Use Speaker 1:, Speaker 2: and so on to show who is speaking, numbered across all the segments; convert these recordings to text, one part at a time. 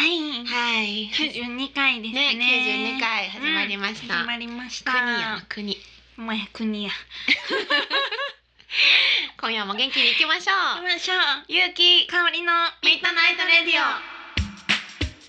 Speaker 1: うん
Speaker 2: はい。
Speaker 1: 九十二回ですね。
Speaker 2: ね、九十二回始まりました。
Speaker 1: 始まりました。
Speaker 2: 国や国。
Speaker 1: もや国や。
Speaker 2: 今夜も元気に行きましょ
Speaker 1: 行き
Speaker 2: う。
Speaker 1: ましょう。
Speaker 2: ゆうき、
Speaker 1: 香りの
Speaker 2: ミッドナイトレディオ。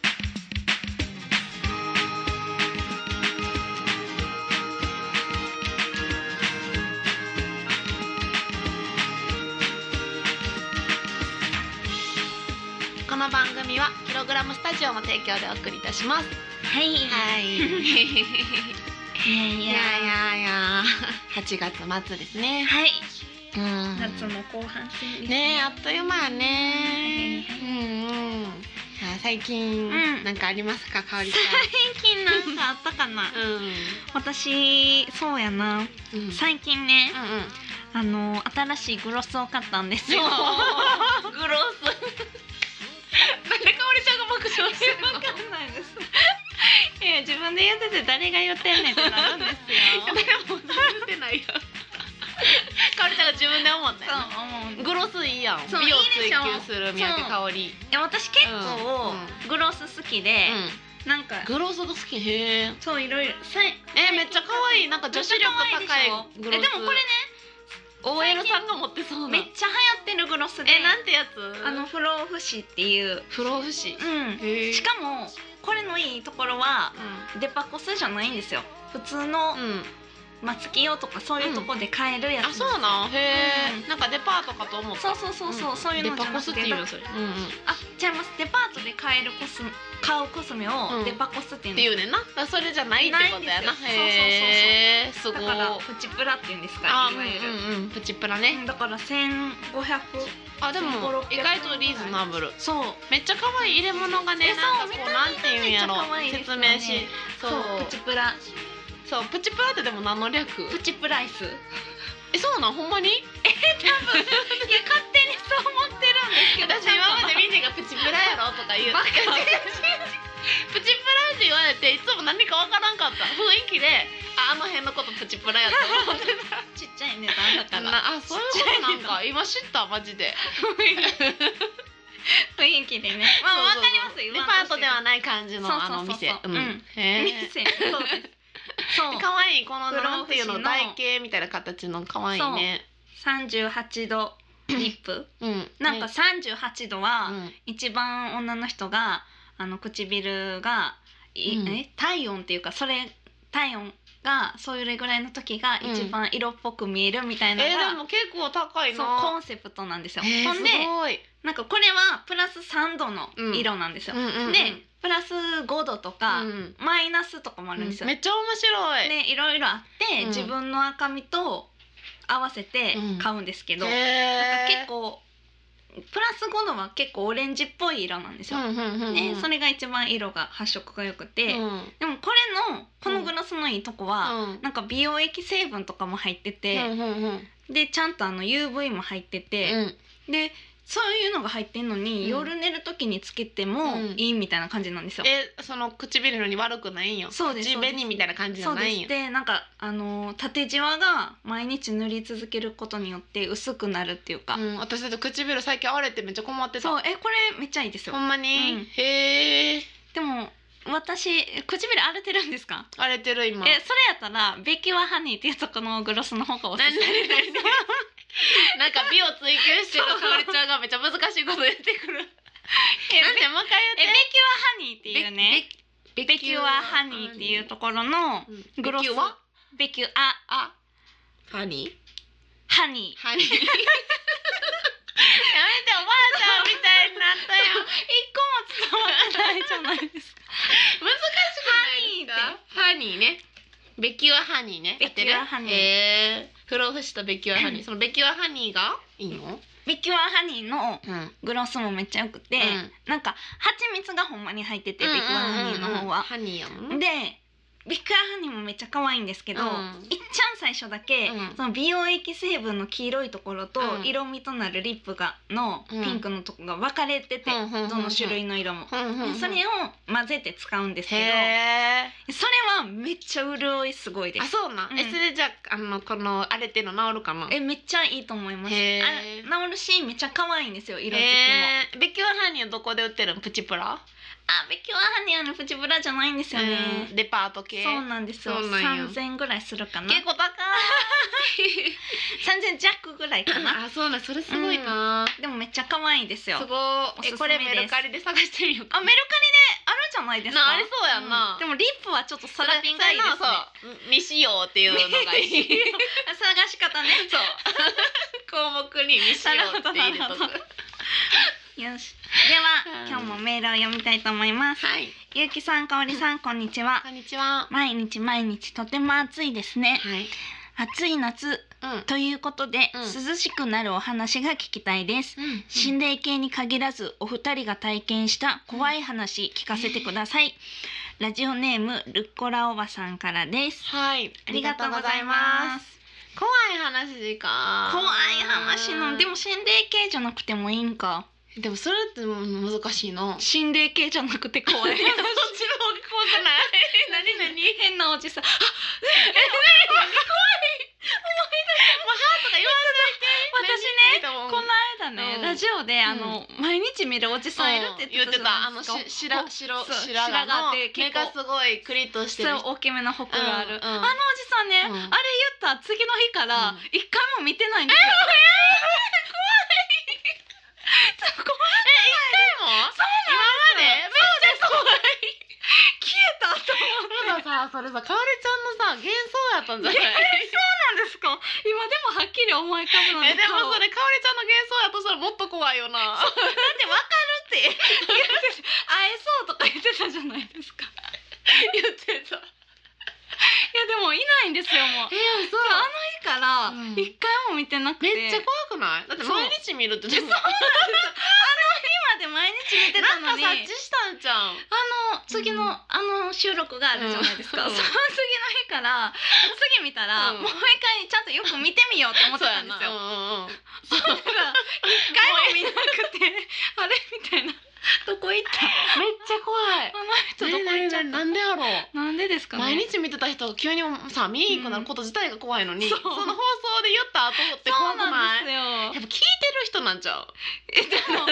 Speaker 2: この番組はキログラムスタジオの提供でお送りいたします。
Speaker 1: はい。
Speaker 2: はい。 い
Speaker 1: いやいや。
Speaker 2: やいやいや、八月末ですね。
Speaker 1: はい。
Speaker 2: うん
Speaker 1: 夏も後半戦です
Speaker 2: ねえあっという間やね
Speaker 1: は。
Speaker 2: う
Speaker 1: い
Speaker 2: んうん。あ最近
Speaker 1: うん
Speaker 2: なんかありますか、香りさ
Speaker 1: 最近なんかあったかな。
Speaker 2: ん。うん。
Speaker 1: 私そうやな。
Speaker 2: うん。
Speaker 1: 最近ね
Speaker 2: う、んうん。
Speaker 1: あの新しいグロスを買ったんです
Speaker 2: グロ
Speaker 1: よ。
Speaker 2: ス。なんでかおりちゃんが爆笑してるの？
Speaker 1: わかんないです。 いや自分で言ってて誰が言ってんねんってなるんですよ。
Speaker 2: 誰も言ってないよ。かおりちゃんが自分で思ったよね。
Speaker 1: そう思うんです
Speaker 2: グロスいいやん。
Speaker 1: そう
Speaker 2: 美を
Speaker 1: いいで
Speaker 2: 追
Speaker 1: しょ
Speaker 2: 求する三宅かおり。
Speaker 1: いや私結構
Speaker 2: う
Speaker 1: グロス好きで、なんか
Speaker 2: うん。グロスが好きへえ。
Speaker 1: そういろいろさい
Speaker 2: えめっちゃ可愛いなんか女子力
Speaker 1: めっちゃ可愛い
Speaker 2: 高い
Speaker 1: でし
Speaker 2: グ
Speaker 1: ょ
Speaker 2: ロス。
Speaker 1: えでもこれね
Speaker 2: OL さんが持ってそうな。
Speaker 1: めっちゃ流行ってるグロスで
Speaker 2: えなんてやつ
Speaker 1: あの不老不死っていう
Speaker 2: 不老不死
Speaker 1: うん
Speaker 2: へ
Speaker 1: しかもこれのいいところはデパコスじゃないんですよ普通の
Speaker 2: うん、うん、
Speaker 1: マツキヨとかそういうとこで買えるやつ
Speaker 2: あそうなんへえ、
Speaker 1: う
Speaker 2: なんかデパートかと思った
Speaker 1: そうそうそうそう、
Speaker 2: ん
Speaker 1: そういうのじ
Speaker 2: デ
Speaker 1: ゃ
Speaker 2: パコ
Speaker 1: な
Speaker 2: スっ
Speaker 1: く
Speaker 2: て
Speaker 1: て
Speaker 2: いうよそれうんうん
Speaker 1: あちゃいますデパートで買えるコス買うコスメ
Speaker 2: う
Speaker 1: を
Speaker 2: ん
Speaker 1: デパコスっていうんで
Speaker 2: って
Speaker 1: す
Speaker 2: いうねんなだからそれじゃないってことや
Speaker 1: ないんで
Speaker 2: な
Speaker 1: すよ
Speaker 2: へえすごい
Speaker 1: だからプチプラっていうんですか
Speaker 2: あ
Speaker 1: いわゆる、
Speaker 2: うんうんうんプチプラね、
Speaker 1: うんだから1500
Speaker 2: あでも
Speaker 1: 1500
Speaker 2: 意外とリーズナブル
Speaker 1: そう
Speaker 2: めっちゃ可愛い入れ物がね
Speaker 1: えそう
Speaker 2: なんかこうなんていうんやろ
Speaker 1: 見た目がめっちゃ
Speaker 2: 説
Speaker 1: 可愛い
Speaker 2: 明
Speaker 1: ですよ
Speaker 2: し
Speaker 1: ね
Speaker 2: そう
Speaker 1: プチプラ
Speaker 2: そうプチプラってでも何の略
Speaker 1: プチプライスいや
Speaker 2: えそうなんほんまに
Speaker 1: 勝手にそう思ってるんです
Speaker 2: 私
Speaker 1: けど
Speaker 2: 今までミニがプチプラやろとか言うて
Speaker 1: バカ
Speaker 2: プチプラって言われていつも何かわからんかった雰囲気でああの辺のことプチプラやと思って
Speaker 1: ちっちゃいネタ
Speaker 2: た
Speaker 1: だから
Speaker 2: なあそういうことなんか 今知ったマジで
Speaker 1: 雰囲気でねまあわかります
Speaker 2: デ
Speaker 1: よ
Speaker 2: パートではない感じの
Speaker 1: そうそう
Speaker 2: あ
Speaker 1: そうそう
Speaker 2: の店
Speaker 1: うん
Speaker 2: へ
Speaker 1: 店
Speaker 2: え
Speaker 1: そうですそう
Speaker 2: 可愛いこのなんていうの
Speaker 1: 不老不死の
Speaker 2: 台形みたいな形の可愛いね
Speaker 1: 38度リップ
Speaker 2: うん
Speaker 1: なんか
Speaker 2: ね
Speaker 1: 38度
Speaker 2: う
Speaker 1: は
Speaker 2: ん
Speaker 1: 一番女の人があの唇がい、
Speaker 2: うん
Speaker 1: え体温っていうかそれ体温がそれぐらいの時が一番色っぽく見えるみたい
Speaker 2: え
Speaker 1: なのが、
Speaker 2: でも結構高い
Speaker 1: そう
Speaker 2: な
Speaker 1: コンセプトなんですよ。
Speaker 2: えー
Speaker 1: ほんです
Speaker 2: ごい
Speaker 1: なんかこれはプラス3度の色なんですよ。でプラス5度とか、
Speaker 2: うん
Speaker 1: マイナスとかもあるんですよ。
Speaker 2: めっちゃ面白い
Speaker 1: でいろいろあって、
Speaker 2: うん
Speaker 1: 自分の赤みと合わせて買うんですけど、なんか
Speaker 2: へ
Speaker 1: 結構プラス5度は結構オレンジっぽい色なんですよ。
Speaker 2: うんうんうん
Speaker 1: ね、そ
Speaker 2: れ
Speaker 1: れが一番色が発色が良くて、
Speaker 2: うん
Speaker 1: でもこれのこのグラスのいいとこは、
Speaker 2: うん
Speaker 1: なんか美容液成分とかも入ってて、
Speaker 2: うんうんうん
Speaker 1: でちゃんとあの UV も入ってて、
Speaker 2: うん
Speaker 1: でそういうのが入ってんのに、
Speaker 2: うん
Speaker 1: 夜寝る時につけても
Speaker 2: うん
Speaker 1: いいみたいな感じなんですよ。
Speaker 2: えその唇に悪くないんよ
Speaker 1: そうです
Speaker 2: 口紅みたいな感じじ
Speaker 1: そ
Speaker 2: ゃ
Speaker 1: う
Speaker 2: な
Speaker 1: で
Speaker 2: いん
Speaker 1: す
Speaker 2: よ
Speaker 1: でなんかあのー縦じわが毎日塗り続けることによって薄くなるっていうか、
Speaker 2: うん、私だって唇最近荒れてめっちゃ困ってた
Speaker 1: そうえこれめっちゃいいですよ
Speaker 2: ほんまに、
Speaker 1: うん
Speaker 2: へえ
Speaker 1: でも私唇荒れてるんですか、
Speaker 2: 荒れてる今
Speaker 1: えそれやったらベキワハニーっていうとこのグロスの方がおすす
Speaker 2: 何
Speaker 1: め
Speaker 2: 何何 なんか美を追求してるかおりちゃんがめっちゃ難しいこと言ってくる
Speaker 1: え
Speaker 2: なん
Speaker 1: ベ
Speaker 2: でもう一回
Speaker 1: えベキワ
Speaker 2: 言って
Speaker 1: ハニーっていうね
Speaker 2: ベ
Speaker 1: ベキワハニーっていうところの
Speaker 2: うん
Speaker 1: グロス
Speaker 2: ベキワ
Speaker 1: ベキュア
Speaker 2: あハニー
Speaker 1: ハニー
Speaker 2: ハニーやめておばあちゃんみたいにな
Speaker 1: 一個も使わない
Speaker 2: ったよ
Speaker 1: じゃないですか
Speaker 2: 難しくないですかハニーねベキュアハニーね
Speaker 1: ベキュアハニー
Speaker 2: 合ってるへえ不老不死とベキュ アハニーそのベキュアハニーがいいの
Speaker 1: ベキワハニーの
Speaker 2: うんうん
Speaker 1: グロスもめっちゃよくて、なんか蜂蜜がほんまに入ってて、ビッグワハニーの方は。
Speaker 2: ハニーやもん
Speaker 1: でビッグワハニーもめっちゃ可愛いんですけど、
Speaker 2: うん
Speaker 1: いっちゃん最初だけ、
Speaker 2: うん
Speaker 1: その美容液成分の黄色いところと、
Speaker 2: うん
Speaker 1: 色味となるリップがの
Speaker 2: うん
Speaker 1: ピンクのとこが分かれてて、どの種類の色も。でそれ
Speaker 2: を
Speaker 1: を混ぜて使うんですけ
Speaker 2: へ
Speaker 1: ど
Speaker 2: え
Speaker 1: それはめっちゃ潤いすごいで
Speaker 2: あ
Speaker 1: す
Speaker 2: そうなんえ
Speaker 1: うん
Speaker 2: それじゃああのこの荒れてるの治るかな
Speaker 1: えめっちゃいいと思います
Speaker 2: へー
Speaker 1: あ治るしめっちゃ可愛いんですよ色づきも、
Speaker 2: えーベキュアハニーはどこで売ってるのプチプラ
Speaker 1: あビキュアハニアのプチブラじゃないんですよね、
Speaker 2: うんデパート系
Speaker 1: そうなんですよ
Speaker 2: そうなんや
Speaker 1: 3000ぐらいするかな
Speaker 2: 結 構高い
Speaker 1: 3000弱ぐらいかな
Speaker 2: あそうなんそれすごいな、
Speaker 1: でもめっちゃ可愛いですよあ
Speaker 2: す
Speaker 1: メル
Speaker 2: ご
Speaker 1: おすすめ
Speaker 2: いえこれ
Speaker 1: です
Speaker 2: メルカリで探してみよう
Speaker 1: カリであるじゃないですか
Speaker 2: なありそうやんな
Speaker 1: でもリップはちょっとサラピンがいいですね
Speaker 2: それそう未使用っていうのがいい
Speaker 1: 探し方ね
Speaker 2: そう 項目に未使用って入
Speaker 1: なる
Speaker 2: れとく
Speaker 1: ほどなるほどよしでは、
Speaker 2: うん
Speaker 1: 今日もメールを読みたいと思います
Speaker 2: はい
Speaker 1: ゆうきさんかおりさんこんにちは
Speaker 2: こんにちは
Speaker 1: 毎日毎日とても暑いですね
Speaker 2: はい
Speaker 1: 暑い夏
Speaker 2: うん
Speaker 1: ということで、
Speaker 2: うん
Speaker 1: 涼しくなるお話が聞きたいです
Speaker 2: うん
Speaker 1: 心霊系に限らずお二人が体験した怖い話聞かせてください、ラジオネームルッコラおばさんからです
Speaker 2: はい
Speaker 1: ありがとうございます
Speaker 2: 怖い話か
Speaker 1: 怖い話のでも心霊系じゃなくてもいいんか
Speaker 2: でもそれって難しいの そっ
Speaker 1: 心霊系じゃなくて怖い
Speaker 2: ちの方が怖くない何何もう
Speaker 1: 変なおじさん
Speaker 2: ハートが言わ
Speaker 1: 私ね
Speaker 2: ないと思う
Speaker 1: この間ね、
Speaker 2: うん
Speaker 1: ラジオであの、毎日見るおじさんいるって言ってたじゃ
Speaker 2: う
Speaker 1: なんいで
Speaker 2: 言
Speaker 1: す
Speaker 2: っ
Speaker 1: か、
Speaker 2: てたあのし白白
Speaker 1: そう
Speaker 2: 白
Speaker 1: 白
Speaker 2: 髪の
Speaker 1: 髪って
Speaker 2: 目
Speaker 1: 結構
Speaker 2: がすごいクリッとしてる
Speaker 1: そ
Speaker 2: 人
Speaker 1: う大きめのほくろある、
Speaker 2: うんうん
Speaker 1: あのおじさんね、
Speaker 2: う
Speaker 1: あれ
Speaker 2: ん
Speaker 1: 言った次の日から
Speaker 2: うん
Speaker 1: 一回も見てないんですよ、 怖い怖い
Speaker 2: も
Speaker 1: そう
Speaker 2: 今まで
Speaker 1: なんですよめっちゃ怖い 消えたと思って
Speaker 2: まださそれさかおりちゃんのさ幻想やったんじゃない
Speaker 1: なんですか今でもはっきり思い浮かぶの
Speaker 2: え
Speaker 1: で
Speaker 2: でも
Speaker 1: 顔
Speaker 2: それかおりちゃんの幻想やとしたらもっと怖いよ な
Speaker 1: だってわかるって言って会えそうとか言ってたじゃないですか
Speaker 2: 言ってた
Speaker 1: いやでもいないんですよもう
Speaker 2: えそ
Speaker 1: そうあの日から
Speaker 2: うん
Speaker 1: 一回も見てなくて、
Speaker 2: めっちゃ怖くないだって毎日見るってそう
Speaker 1: 今で毎日見てた
Speaker 2: な
Speaker 1: の
Speaker 2: ん
Speaker 1: に
Speaker 2: か察知したんじゃん
Speaker 1: あの次の、
Speaker 2: うん
Speaker 1: あの収録があるじゃないですか、
Speaker 2: うん
Speaker 1: その次の日から次見たら、
Speaker 2: うん
Speaker 1: もう一回ちゃんとよく見てみようと思ってたんですよ
Speaker 2: うんうんうん
Speaker 1: だから一回も見なくてあれみたいなどこ行 った
Speaker 2: めっちゃ怖い
Speaker 1: あの人どこ行っちゃった、
Speaker 2: なんでやろう
Speaker 1: なんでですかね
Speaker 2: 毎日見てた人が急にさ見えんくなること自体が怖いのに、
Speaker 1: うん
Speaker 2: そ
Speaker 1: そう
Speaker 2: の放送で言った後って怖
Speaker 1: そう
Speaker 2: くな
Speaker 1: なん
Speaker 2: い
Speaker 1: ですよ
Speaker 2: やっぱ聞いてる人なんちゃう
Speaker 1: えでも収録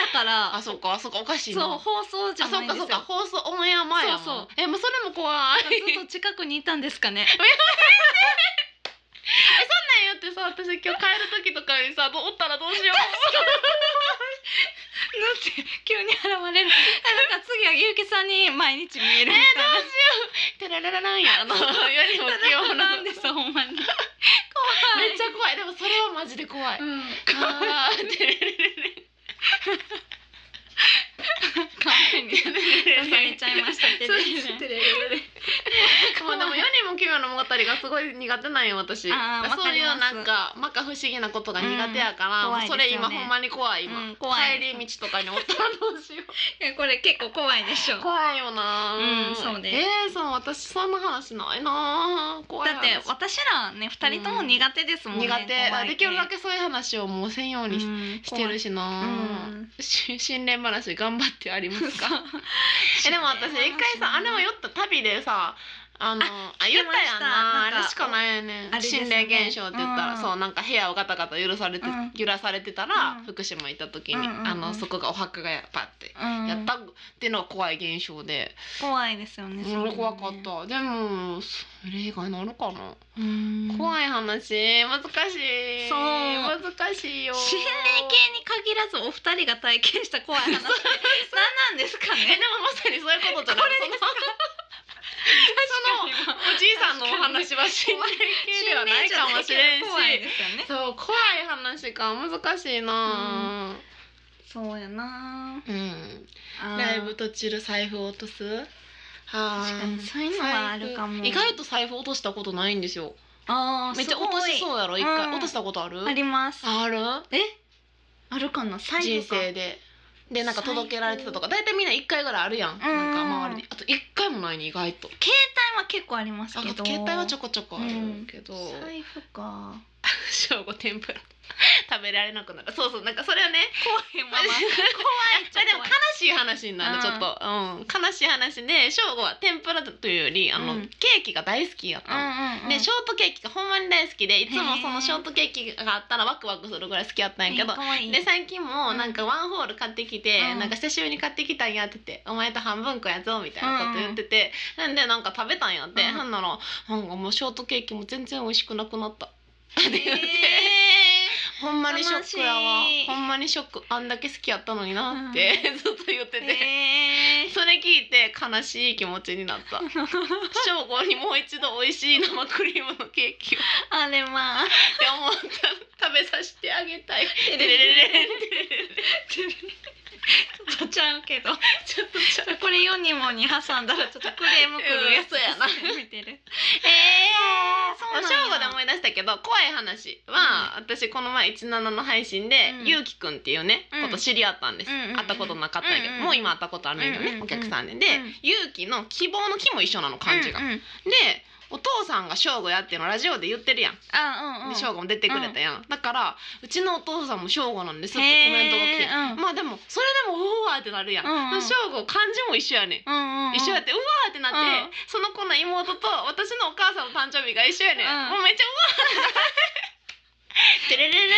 Speaker 1: や から
Speaker 2: あそうかあそうかおかしいな
Speaker 1: そう放送じ
Speaker 2: あ
Speaker 1: ゃな
Speaker 2: そ
Speaker 1: いうんで
Speaker 2: か
Speaker 1: す
Speaker 2: そ
Speaker 1: よ
Speaker 2: うか放送オンエア前やもん
Speaker 1: そうそう
Speaker 2: えもうそれも怖い
Speaker 1: ずっと近くにいたんですか ね
Speaker 2: なんやってさ私今日帰る時とかにさどおったらどうしよう
Speaker 1: なんて急に現れるなんか次はゆうきさんに毎日見えるみたいな、
Speaker 2: テララララン やあのよりも器 用な
Speaker 1: なんですほんまに怖い
Speaker 2: めっちゃ怖いでもそれはマジで怖い、
Speaker 1: うん
Speaker 2: あーテレレレ
Speaker 1: 完璧に出されちゃ いましたけど
Speaker 2: そうテレレレレ もうでも世にも奇妙な物語がすごい苦手なんよ私
Speaker 1: あーわ
Speaker 2: そ
Speaker 1: か
Speaker 2: うい
Speaker 1: り
Speaker 2: う
Speaker 1: ます
Speaker 2: なんか摩訶不思議なことが苦手やから、
Speaker 1: うん
Speaker 2: もうそれ今
Speaker 1: 怖いですよね
Speaker 2: ほんまに怖い今、
Speaker 1: うん怖い
Speaker 2: 帰り道とかにおったらどうしよう
Speaker 1: いやこれ結構 怖いでしょだ
Speaker 2: 怖いよな
Speaker 1: うんそうね
Speaker 2: えー、そう私そんな話ないな怖い
Speaker 1: って
Speaker 2: 話
Speaker 1: 私らね二人とも苦手ですもんね
Speaker 2: 苦手、
Speaker 1: 怖い
Speaker 2: できるだ
Speaker 1: け
Speaker 2: けそういう話をもうせんようにし,、てる
Speaker 1: し
Speaker 2: しな、
Speaker 1: うん
Speaker 2: し心霊話頑張ってありますか えでも私
Speaker 1: 心霊話
Speaker 2: 一回さあれも酔った旅でさあのあ言ったやんな
Speaker 1: 聞きましたなんか
Speaker 2: あれしかないよね
Speaker 1: あれですね
Speaker 2: 心霊現象って言ったら、
Speaker 1: うん
Speaker 2: そうなんか部屋をガタガタ揺らされて、
Speaker 1: うん
Speaker 2: 揺らされてたら、
Speaker 1: うん
Speaker 2: 福島行った時に、
Speaker 1: うんうんうん
Speaker 2: あのそこがお墓がパッて。
Speaker 1: うん
Speaker 2: やったっていうのが怖い現象で、
Speaker 1: 怖いですよね
Speaker 2: うん怖かったでもそれ以外なるかな、
Speaker 1: い
Speaker 2: 怖い話難しい
Speaker 1: そう
Speaker 2: 難しいよ
Speaker 1: 心霊系に限らずお二人が体験した怖い 話って何なんですか
Speaker 2: えで
Speaker 1: ね
Speaker 2: もまさにそういうことじゃないその
Speaker 1: 確かに
Speaker 2: おじいさんのお話は心霊系ではないかもしれんし
Speaker 1: 怖いですよね
Speaker 2: そう怖い話か難しいな
Speaker 1: そうやな
Speaker 2: うん、
Speaker 1: あー
Speaker 2: ライブ途中で財布を落とすあ
Speaker 1: 確
Speaker 2: ー
Speaker 1: かにそういうのはあるかも
Speaker 2: 財布意外と財布落としたことないんですよ
Speaker 1: あー
Speaker 2: めっちゃ落とし
Speaker 1: すご
Speaker 2: そうやろ一
Speaker 1: う
Speaker 2: 回
Speaker 1: ん
Speaker 2: 落としたことある
Speaker 1: いあります
Speaker 2: ある
Speaker 1: えあるかな最
Speaker 2: 人
Speaker 1: 後か
Speaker 2: 生ででなんか届けられてたとか大体みんな一回ぐらいあるやん、なんか周りにあと一回もないね意外と
Speaker 1: 携帯は結構あります
Speaker 2: あ
Speaker 1: けど
Speaker 2: 携帯はちょ
Speaker 1: っ
Speaker 2: こちょこあるけど、
Speaker 1: 財布か
Speaker 2: 正午天ぷら食べられなくなるそうそうなんかそれをね
Speaker 1: 怖いまま
Speaker 2: 怖い
Speaker 1: い
Speaker 2: あでも悲 しい話にな
Speaker 1: う
Speaker 2: る
Speaker 1: ん
Speaker 2: ちょっと、うん、悲しい話で翔吾は天ぷらというよりあの、
Speaker 1: うん
Speaker 2: ケーキが大好きやったの、
Speaker 1: うんうんうん
Speaker 2: でショートケーキがほんまに大好きでいつもそ
Speaker 1: へー
Speaker 2: のショートケーキがあったらワクワクするぐらい好きやったんやけど
Speaker 1: えー可愛い
Speaker 2: で最近もなんかワンホール買ってきて、
Speaker 1: うん
Speaker 2: なんか久しぶりに買ってきたんやって言って「お前と半分こやぞ」みたいなこと言ってて、なんでなんか食べたんやって、
Speaker 1: うん
Speaker 2: ほんならなんかもうショートケーキも全然美味しくなくなった。って言って、
Speaker 1: え
Speaker 2: ほんまにショックやわ
Speaker 1: 悲しい
Speaker 2: ほんまにショックあんだけ好きやったのになって ずっと言って
Speaker 1: ー
Speaker 2: て、
Speaker 1: えー
Speaker 2: それ聞いて悲しい気持ちになった 正午にもう一度美味しい生クリームのケーキを
Speaker 1: あれまあ
Speaker 2: って思った食べさせてあげたい
Speaker 1: て
Speaker 2: てれれれ
Speaker 1: とちゃうけど
Speaker 2: ちょっとちゃう
Speaker 1: これ世にもに挟んだらちょっとクレームくるやつ見てるえー、そ
Speaker 2: 正
Speaker 1: うなんや
Speaker 2: 午で思い出したけど怖い話は、私この前17の配信で、
Speaker 1: うん
Speaker 2: ゆうきくんっていうね、
Speaker 1: うん
Speaker 2: こと知り合ったんです、
Speaker 1: うんうんうん
Speaker 2: 会ったことなかったんやけど、
Speaker 1: うんうん
Speaker 2: もう今会ったことあるんやけどね、
Speaker 1: うんうんうん
Speaker 2: お客さんでで、
Speaker 1: うん
Speaker 2: ゆうきの希望の木も一緒なの漢字が、
Speaker 1: うんうん
Speaker 2: でお父さんが正午やっていうのラジオで言ってるやん
Speaker 1: あうんうん
Speaker 2: で正午も出てくれたやん、だからうちのお父さんも正午なんですってコ
Speaker 1: へー
Speaker 2: メントが来て、
Speaker 1: うん
Speaker 2: まあでもそれでもうわーってなるやん、
Speaker 1: うんうん
Speaker 2: 正午漢字も一緒やねん
Speaker 1: うんうんうん
Speaker 2: 一緒やってうわーってなっ
Speaker 1: うん
Speaker 2: て、その子の妹と私のお母さんの誕生日が一緒やねん、
Speaker 1: うん
Speaker 2: もうめっちゃうわーってなってテレレレ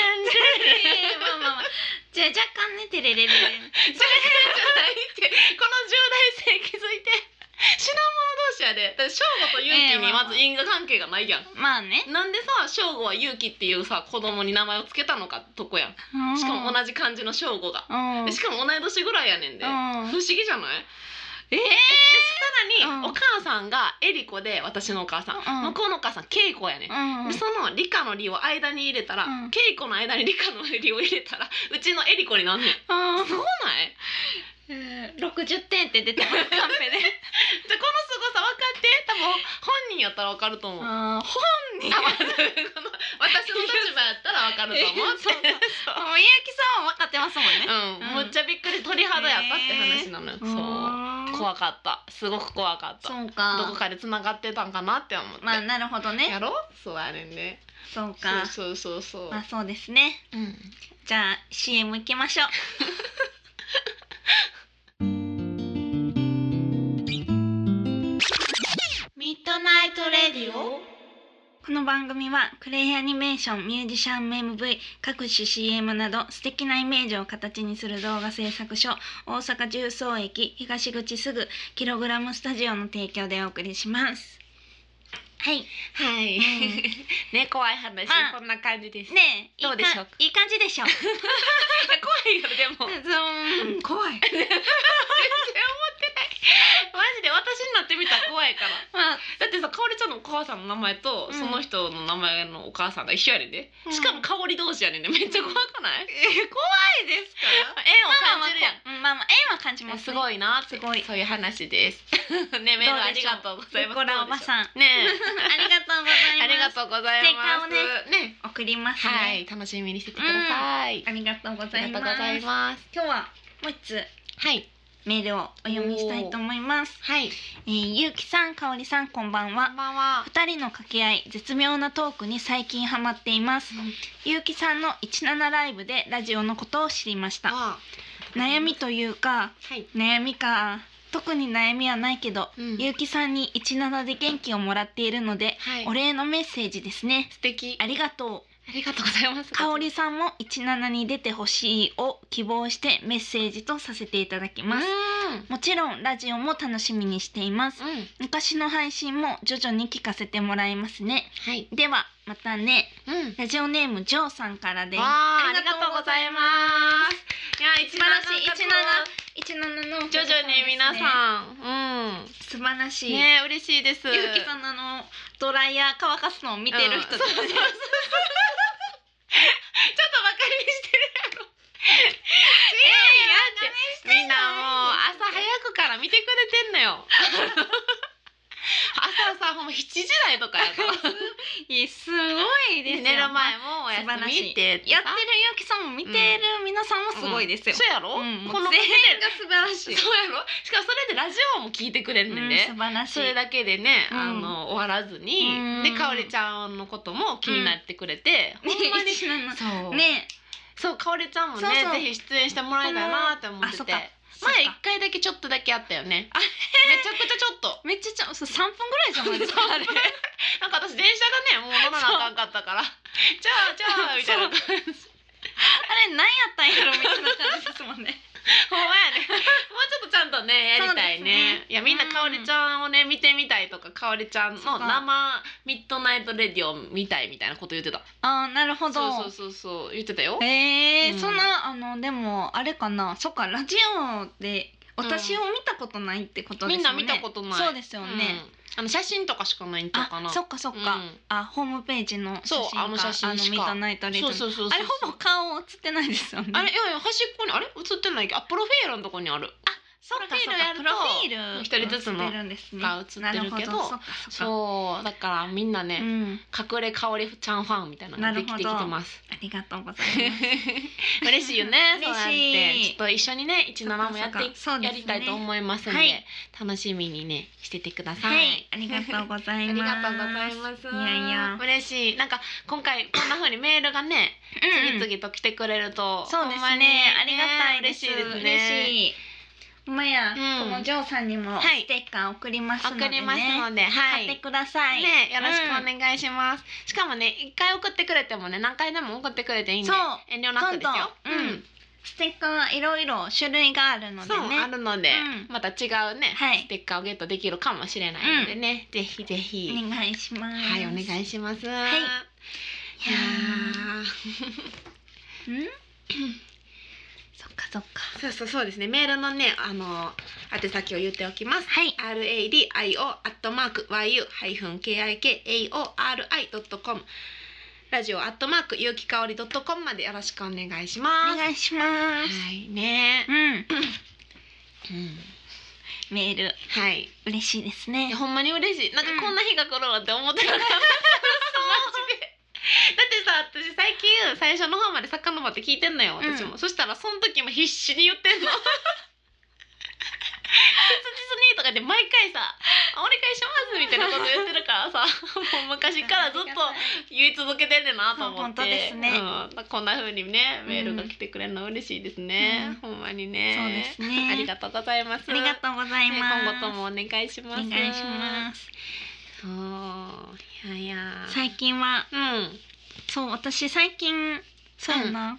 Speaker 1: え
Speaker 2: ンテ
Speaker 1: ーまあまあまあじゃあ若干ねてれれれれ
Speaker 2: レレレンそれじゃないってこの重大性気づいて品物同士やでだって正吾と勇気にまず因果関係がないやん、
Speaker 1: まあね
Speaker 2: なんでさ正吾は勇気っていうさ子供に名前を付けたのかとこやんしかも
Speaker 1: じ
Speaker 2: 同じ漢字の正吾が、
Speaker 1: うん
Speaker 2: でしかも同い年ぐらいやねんで、
Speaker 1: うん
Speaker 2: 不思議じゃない
Speaker 1: えー
Speaker 2: でさらに、
Speaker 1: うん
Speaker 2: お母さんがエリコで私のお母さん、
Speaker 1: うん
Speaker 2: 向こうのお母さんケイコやね、
Speaker 1: うん
Speaker 2: でその理科の理を間に入れたら、
Speaker 1: うん
Speaker 2: ケイコの間に理科の理を入れたらうちのエリコになんねん
Speaker 1: あ
Speaker 2: すごない
Speaker 1: ー60点って出てますカンペで
Speaker 2: じゃあこの凄さ分かって多分本人やったら分かると思う、
Speaker 1: あー
Speaker 2: あ
Speaker 1: ほ
Speaker 2: まずこの私の立場やったら分かると思うって
Speaker 1: そう
Speaker 2: そう
Speaker 1: もうゆうきさんは分かってますもんね
Speaker 2: うん、むっちゃびっくり鳥肌やったって話なのよ、そう
Speaker 1: 怖
Speaker 2: 怖かったすごく怖かった
Speaker 1: そうか
Speaker 2: どこかで繋がってたんかなって思って、
Speaker 1: まあなるほどね
Speaker 2: やろそうやねんね
Speaker 1: そうか
Speaker 2: そうそうそうそう、
Speaker 1: まあそうですね
Speaker 2: うん
Speaker 1: じゃあ CM 行きましょうミッドナイトレディオこの番組はクレイアニメーションミュージシャン MV 各種 CM など素敵なイメージを形にする動画制作所大阪重曹駅東口すぐキログラムスタジオの提供でお送りしますはいね
Speaker 2: はい、 ね怖い話、
Speaker 1: まあ
Speaker 2: こんな感じです、
Speaker 1: え
Speaker 2: どうでしょうか
Speaker 1: いいかいい感じでし ょう
Speaker 2: 怖いよでも
Speaker 1: うん怖 い
Speaker 2: マジで私になってみたら怖いから
Speaker 1: まあ
Speaker 2: だってさかおりちゃんのお母さんの名前と、
Speaker 1: うん
Speaker 2: その人の名前のお母さんが一緒やねんで、
Speaker 1: うん
Speaker 2: しかもかおり同士やねんでめっちゃ怖くな
Speaker 1: 怖
Speaker 2: い、
Speaker 1: いですか
Speaker 2: 縁を感じるやん、
Speaker 1: ん。まあまあ縁は感じ
Speaker 2: も
Speaker 1: ま
Speaker 2: う
Speaker 1: す、
Speaker 2: す
Speaker 1: ね。
Speaker 2: ごいなって
Speaker 1: すごい
Speaker 2: そういう話ですねメールありがとうございます
Speaker 1: ルコラおば
Speaker 2: ん
Speaker 1: さん。
Speaker 2: ね
Speaker 1: ありがとうございま
Speaker 2: え
Speaker 1: す。
Speaker 2: ありがとうございま
Speaker 1: ス
Speaker 2: す
Speaker 1: テッカ
Speaker 2: ね
Speaker 1: 送りますね。
Speaker 2: はい楽しみにしててください、
Speaker 1: ありがとうご
Speaker 2: あ
Speaker 1: ざい
Speaker 2: りが
Speaker 1: ます。
Speaker 2: とうございます
Speaker 1: 今日はもう一つ
Speaker 2: はい
Speaker 1: メールをお読みしたいと思います。
Speaker 2: はい
Speaker 1: えー、ゆうきさん、かおりさん、こんばん
Speaker 2: こん
Speaker 1: は。
Speaker 2: ばんは
Speaker 1: 二人の掛け合い、絶妙なトークに最近ハマっています。ゆうきさんの17ライブでラジオのことを知りました。
Speaker 2: あ
Speaker 1: 悩みというか、
Speaker 2: はい
Speaker 1: 悩みか特に悩みはないけど、
Speaker 2: うん
Speaker 1: ゆうきさんに17で元気をもらっているので、
Speaker 2: はい
Speaker 1: お礼のメッセージですね
Speaker 2: 素敵
Speaker 1: ありがと
Speaker 2: ありがとうございます
Speaker 1: うかおりさんも17に出てほしいを希望してメッセージとさせていただき
Speaker 2: う
Speaker 1: ます、もちろんラジオも楽しみにしています
Speaker 2: んうん
Speaker 1: 昔の配信も徐々に聞かせてもらいますね
Speaker 2: はい
Speaker 1: ではまたね
Speaker 2: うん
Speaker 1: ラジオネームジョーさんからです
Speaker 2: わあありがとうございますいや一
Speaker 1: 素晴らしい
Speaker 2: い
Speaker 1: 17の
Speaker 2: 徐々に皆さんうん
Speaker 1: 素晴らしい、
Speaker 2: ねえ嬉しいです
Speaker 1: ゆうきさんのあのドライヤー乾かすのを見てる人
Speaker 2: うんそうそうそうちょっとバカにしてるや ろ
Speaker 1: え
Speaker 2: みんなもう朝早くから見てくれてんの よ朝さほんま7時台とかや から
Speaker 1: いやすごいです
Speaker 2: 寝
Speaker 1: よ
Speaker 2: る前もおやすみって
Speaker 1: やってるゆうきさんも見てる皆さんもすごいですよ、
Speaker 2: そうやろ、
Speaker 1: うんもう
Speaker 2: この
Speaker 1: 全員
Speaker 2: が素晴らし
Speaker 1: い
Speaker 2: そうやろしかもそれでラジオも聞いてくれる
Speaker 1: うん
Speaker 2: ね
Speaker 1: ん
Speaker 2: んね、
Speaker 1: 素晴らしい
Speaker 2: それだけでね、
Speaker 1: うん
Speaker 2: あの終わらずに、
Speaker 1: うん
Speaker 2: でかおりちゃんのことも気になってくれて、
Speaker 1: ね
Speaker 2: ほんまに
Speaker 1: 一緒なの
Speaker 2: そう
Speaker 1: ね
Speaker 2: そうかおりちゃんもね
Speaker 1: そうそう
Speaker 2: ぜひ出演してもらえたらなって思って
Speaker 1: あそ
Speaker 2: て
Speaker 1: っか
Speaker 2: 前
Speaker 1: そっか
Speaker 2: 一回だけちょっとだけあったよね
Speaker 1: あれ
Speaker 2: めちゃくちゃちょっと
Speaker 1: めっちゃちゃそう三分ぐらいじゃないですかあれ。
Speaker 2: なんか私電車がねもう乗らなあかんかったからじゃあじゃあみたいな感じ
Speaker 1: あれ何やったんやろみたいな感じですもんね。
Speaker 2: ほんまやね。 もうちょっとちゃんとねやりたいね。
Speaker 1: そうですね
Speaker 2: いやみんなかおりちゃんをね、見てみたいとかかおりちゃんの
Speaker 1: そっか
Speaker 2: 生ミッドナイトレディオ見たいみたいなこと言ってた。
Speaker 1: あーなるほど。
Speaker 2: そうそうそうそう言ってたよ。
Speaker 1: えー
Speaker 2: うん
Speaker 1: そんなあのでもあれかなそっかラジオで私を見たことないってことですよね、
Speaker 2: みんな見たことない
Speaker 1: そうですよ
Speaker 2: うん
Speaker 1: ね、
Speaker 2: あの写真とかしかないんちゃうか
Speaker 1: あ
Speaker 2: な。
Speaker 1: そっかそっか、
Speaker 2: うん
Speaker 1: あホームページの写真か
Speaker 2: そうあの写真しか
Speaker 1: あのミッドナイトレイト
Speaker 2: そうそうそうそう
Speaker 1: あれほぼ顔映ってないですよね
Speaker 2: あれいやいや端っこにあれ映ってないけどあプロフィールのとこにある。
Speaker 1: そっかそっ
Speaker 2: プロフィールや
Speaker 1: か
Speaker 2: ると
Speaker 1: プロフィール
Speaker 2: 一人ずつの
Speaker 1: 映ってるんですね
Speaker 2: が映ってるけど
Speaker 1: なほそっかそっか
Speaker 2: そうだからみんな
Speaker 1: う
Speaker 2: ね、
Speaker 1: ん
Speaker 2: 隠れかおりちゃんファンみたいなのができてきてます。
Speaker 1: ありがとうございます
Speaker 2: 嬉しいよね
Speaker 1: 嬉しい
Speaker 2: そうやってちょっと一緒にね17もやってい
Speaker 1: そっかそっかそうで
Speaker 2: や
Speaker 1: すね
Speaker 2: りたいと思いますんで、
Speaker 1: はい
Speaker 2: 楽しみにねしててください、
Speaker 1: はいありがとうござ
Speaker 2: あ
Speaker 1: い
Speaker 2: り
Speaker 1: ます
Speaker 2: がとうございます
Speaker 1: いやいや
Speaker 2: 嬉しいなんか今回こんな風にメールがね
Speaker 1: うんうん
Speaker 2: 次々と来てくれると
Speaker 1: そうです
Speaker 2: ほんまに
Speaker 1: ね。ありがたいです。
Speaker 2: 嬉しいですねい
Speaker 1: 嬉しい。ほんまや、
Speaker 2: う
Speaker 1: こ
Speaker 2: ん
Speaker 1: のジョーさんにも
Speaker 2: はい
Speaker 1: ステッカー送りますのでね。
Speaker 2: 送りますので、はい
Speaker 1: 買ってください。
Speaker 2: ね、よろしくお願いします。しかもね、一回送ってくれてもね、何回でも送ってくれていいんで
Speaker 1: そう、
Speaker 2: 遠慮なくですよ。
Speaker 1: どんどんうんステッカーはいろいろ種類があるので
Speaker 2: そうあ
Speaker 1: ね。
Speaker 2: るので、
Speaker 1: うん
Speaker 2: また違うね、
Speaker 1: はい
Speaker 2: ステッカーをゲットできるかもしれないのでね、ぜひぜひ、
Speaker 1: お願いします。
Speaker 2: はいお願
Speaker 1: い
Speaker 2: いします。
Speaker 1: い
Speaker 2: いや
Speaker 1: ー。うん？ そっかそっか。
Speaker 2: ーそうそうそうですねメールのねあの宛先を言っておきます。
Speaker 1: はい。
Speaker 2: R A D I O アットマーク Y U ハイフン K I K A O R I ドットコムラジオアットマーク有機香りドットコムまでよろしくお願いしま
Speaker 1: お
Speaker 2: す。
Speaker 1: 願いします。
Speaker 2: はいね
Speaker 1: う、ん。
Speaker 2: うん
Speaker 1: メール
Speaker 2: はい
Speaker 1: 嬉しいです
Speaker 2: い
Speaker 1: ね
Speaker 2: や。ほんまに嬉しいなんか
Speaker 1: うん
Speaker 2: こんな日が来るわって 思ってなかった、マジでだってさ私最近最初の方まで遡って聞いてんのよ私も、そしたらその時も必死に言って んの切実にとかで毎回さ「お願いします」みたいなこと言ってるか らさもう昔からずっと言い続けてんねんなと思って
Speaker 1: 本当ですね
Speaker 2: うん、こんな風にねメールが来てくれるの嬉しいですね、ほんまにね
Speaker 1: そうですね
Speaker 2: ありがとうございます
Speaker 1: ありがとうござい
Speaker 2: ね
Speaker 1: ます。
Speaker 2: 今後ともお願いし
Speaker 1: お
Speaker 2: ます。
Speaker 1: 願いします。
Speaker 2: す。そう、いやいや。
Speaker 1: 最近は
Speaker 2: うん。
Speaker 1: そう私最近そうやな、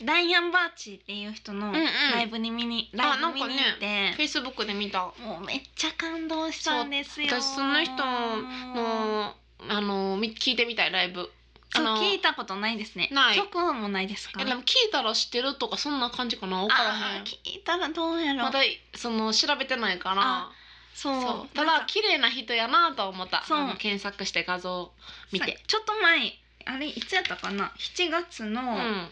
Speaker 1: ダイアン・バーチーっていう人の
Speaker 2: んうん
Speaker 1: ライブに見に、ライブ見に行って、
Speaker 2: フェイスブックで見た。
Speaker 1: もうめっちゃ感動したんですよ
Speaker 2: そう私その人
Speaker 1: も
Speaker 2: もう、あの、み聞いてみたいライブ。
Speaker 1: そう
Speaker 2: あの
Speaker 1: 聞いたことないですね
Speaker 2: ない
Speaker 1: 曲もないですか
Speaker 2: え、でも聞いたら知ってるとか、そんな感じかな、わからへ
Speaker 1: あ
Speaker 2: ん
Speaker 1: ー。聞いたらどうやろう、
Speaker 2: まだ、その調べてないから
Speaker 1: あ。そう
Speaker 2: そう、た
Speaker 1: なん
Speaker 2: だ
Speaker 1: か
Speaker 2: 綺麗な人やなとは思った。
Speaker 1: そう
Speaker 2: あの検索して画像見て。
Speaker 1: ちょっと前あれいつやったかな7月の、
Speaker 2: うん。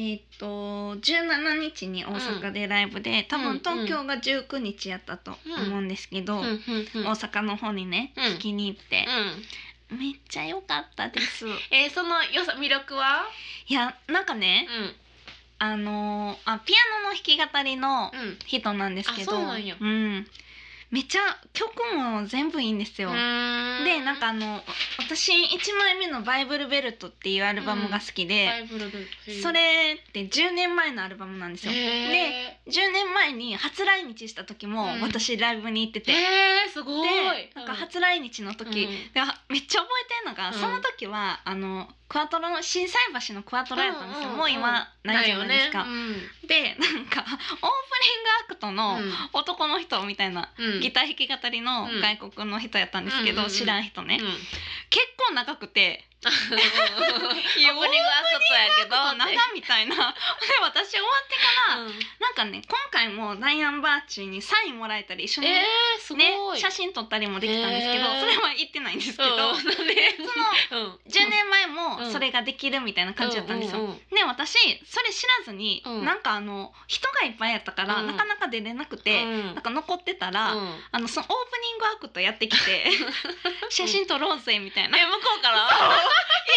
Speaker 1: えっ、と17日に大阪でライブで、多
Speaker 2: うんう
Speaker 1: 分
Speaker 2: ん
Speaker 1: 東京が19日やったと思うんですけど、
Speaker 2: うん。うん。
Speaker 1: 大阪の方にね、
Speaker 2: うん
Speaker 1: 聞きに行って、
Speaker 2: うん。
Speaker 1: めっちゃ良かったです。い
Speaker 2: えー、その良さ、魅力は。
Speaker 1: やなんか
Speaker 2: う
Speaker 1: ね、
Speaker 2: ん。
Speaker 1: あのーあピアノの弾き語りの
Speaker 2: うん。
Speaker 1: 人なんですけど、
Speaker 2: あそうなんや
Speaker 1: んめっちゃ曲も全部いいんですよ。で
Speaker 2: で
Speaker 1: なんかあの私1枚目の「バイブルベルト」っていうアルバムが好き
Speaker 2: バ
Speaker 1: で、
Speaker 2: イブルベルト
Speaker 1: それって10年前のアルバムなんですよ。で
Speaker 2: へ
Speaker 1: 10年前に初来日した時も
Speaker 2: うん
Speaker 1: 私ライブに行って
Speaker 2: ー
Speaker 1: て、
Speaker 2: へーすごい
Speaker 1: でなんか初来日の時、
Speaker 2: うん
Speaker 1: であめっちゃ覚えてんのが、
Speaker 2: うん
Speaker 1: その時はあのクワトロの心斎橋のクワトロやったんですよ、
Speaker 2: うんうんうん
Speaker 1: もう今ないじゃないですか。
Speaker 2: なよね
Speaker 1: でなんかオープニングアクトの 男の人みたいな、
Speaker 2: うんうん
Speaker 1: ギター弾き語りの
Speaker 2: うん
Speaker 1: 外国の人やったんですけど、
Speaker 2: うんうんうん
Speaker 1: 知らん人ね、
Speaker 2: うんオー
Speaker 1: 結構長くて
Speaker 2: プニングアク
Speaker 1: いや長
Speaker 2: トやけど
Speaker 1: みたいな で私終わってから、
Speaker 2: うん
Speaker 1: なんかね今回もダイアン・バーチーにサインもらえたり一緒に、
Speaker 2: えーすごい
Speaker 1: ね、写真撮ったりもできたんですけど、
Speaker 2: へー
Speaker 1: それは行ってないんですけど、
Speaker 2: うんなんで
Speaker 1: その
Speaker 2: うん
Speaker 1: 10年前も
Speaker 2: うん
Speaker 1: それができるみたいな感じだったんですよ。
Speaker 2: うう
Speaker 1: で私それ知らずに、
Speaker 2: うん
Speaker 1: なんかあの人がいっぱいやったから、
Speaker 2: うん
Speaker 1: なかなか出れなくて、
Speaker 2: うん
Speaker 1: なんか残ってたら、
Speaker 2: うん
Speaker 1: あのそのオープニングアクトやってき て写真撮ろうぜみたいな「え
Speaker 2: え向こうからも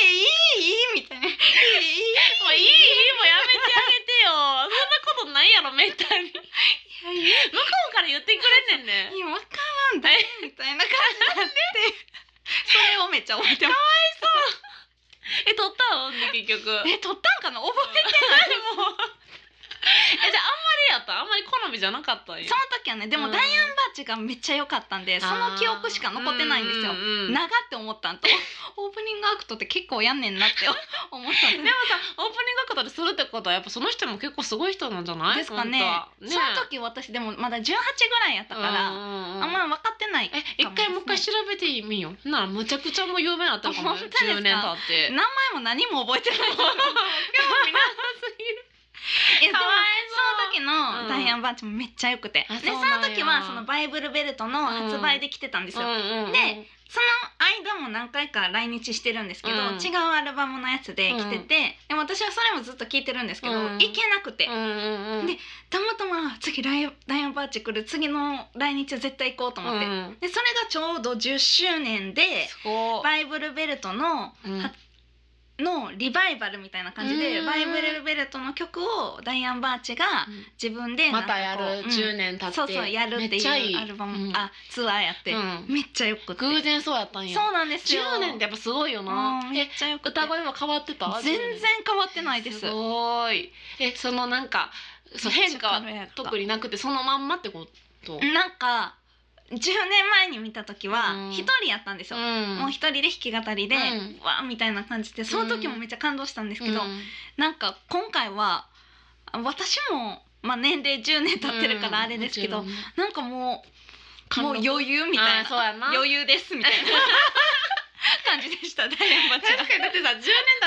Speaker 1: いいいい」みたいな「いいい
Speaker 2: いういいもうやめてあげてよそんなことないやろめったに向こ
Speaker 1: いいやいう
Speaker 2: から言ってくれんねんね
Speaker 1: いやわからんだ」 みたいな感じになってそれをめっちゃ覚えてます。
Speaker 2: え撮ったの結局 え
Speaker 1: え撮ったんかな覚えてないもう
Speaker 2: じゃああんまりやったあんまり好みじゃなかったんや
Speaker 1: その時はねでも、
Speaker 2: うん
Speaker 1: ダイアン・バーチがめっちゃ良かったんでその記憶しか残ってないんですよ
Speaker 2: う。ううん
Speaker 1: 長って思ったんとオープニングアクトって結構やんねんなって思ったん
Speaker 2: で
Speaker 1: で
Speaker 2: もさオープニングアクトでするってことはやっぱその人も結構すごい人なんじゃない
Speaker 1: ですかね
Speaker 2: 本当
Speaker 1: そ
Speaker 2: は
Speaker 1: の時私でもまだ18ぐらいやったから、
Speaker 2: うんうんうん
Speaker 1: あんま分かってない
Speaker 2: え一回もう一回調べてみようならむちゃくちゃもう有名だったかも
Speaker 1: 本当ですか
Speaker 2: 10年経って
Speaker 1: 名前も何も覚えてないえでも
Speaker 2: かわい
Speaker 1: その時
Speaker 2: うん
Speaker 1: のダイアン・バーチもめっちゃ良くて、
Speaker 2: あ
Speaker 1: で
Speaker 2: そ
Speaker 1: そう
Speaker 2: なんや
Speaker 1: の時はそのバイブルベルトの発売で来てたんですよ、
Speaker 2: うんうんうん
Speaker 1: でその間も何回か来日してるんですけど、
Speaker 2: うん
Speaker 1: 違うアルバムのやつで来てて、
Speaker 2: うん
Speaker 1: でも私はそれもずっと聞いてるんですけど、
Speaker 2: うん
Speaker 1: 行けなくて、
Speaker 2: うんうんうん
Speaker 1: でたまたま次ライダイアン・バーチ来る次の来日は絶対行こうと思って、
Speaker 2: うん
Speaker 1: で
Speaker 2: うん
Speaker 1: それがちょうど10周年です
Speaker 2: ごい
Speaker 1: バイブルベルトの
Speaker 2: うん
Speaker 1: はのリバイバルみたいな感じで
Speaker 2: うん
Speaker 1: バイブルベルトの曲をダイアン・バーチが自分でな
Speaker 2: ま
Speaker 1: んか
Speaker 2: た
Speaker 1: こ
Speaker 2: や
Speaker 1: う
Speaker 2: る
Speaker 1: うん
Speaker 2: 10年経って
Speaker 1: そうそうやるって
Speaker 2: めっちゃい
Speaker 1: い
Speaker 2: いう
Speaker 1: アルバム、
Speaker 2: うん
Speaker 1: あツアーやって、
Speaker 2: うん
Speaker 1: めっちゃよくて
Speaker 2: 偶然そうやったんや
Speaker 1: そうなんですよ
Speaker 2: 10年ってやっぱすごいよな
Speaker 1: うんめっ
Speaker 2: え
Speaker 1: ちゃよくて
Speaker 2: 歌声も変わってた
Speaker 1: 全然
Speaker 2: 10
Speaker 1: 変わってないです
Speaker 2: すごいえそのなんかそう変化は
Speaker 1: めっちゃ軽やか
Speaker 2: 特になくてそのまんまってこと
Speaker 1: なんか10年前に見た時
Speaker 2: う
Speaker 1: は
Speaker 2: ん
Speaker 1: 一人やったんですよ、
Speaker 2: ん
Speaker 1: もう一人で弾き語りで、
Speaker 2: うん
Speaker 1: わーみたいな感じでその時もめっちゃ感動したんですけど、
Speaker 2: うん
Speaker 1: なんか今回はあ私も、まあ、年齢10年経ってるからあれですけど、
Speaker 2: うんもち
Speaker 1: なんかもう
Speaker 2: ろん
Speaker 1: もう余裕みたい
Speaker 2: あー
Speaker 1: な
Speaker 2: そうやな
Speaker 1: 余裕ですみたいな 感じでしたダイアンバチ
Speaker 2: 確かにだってさ10年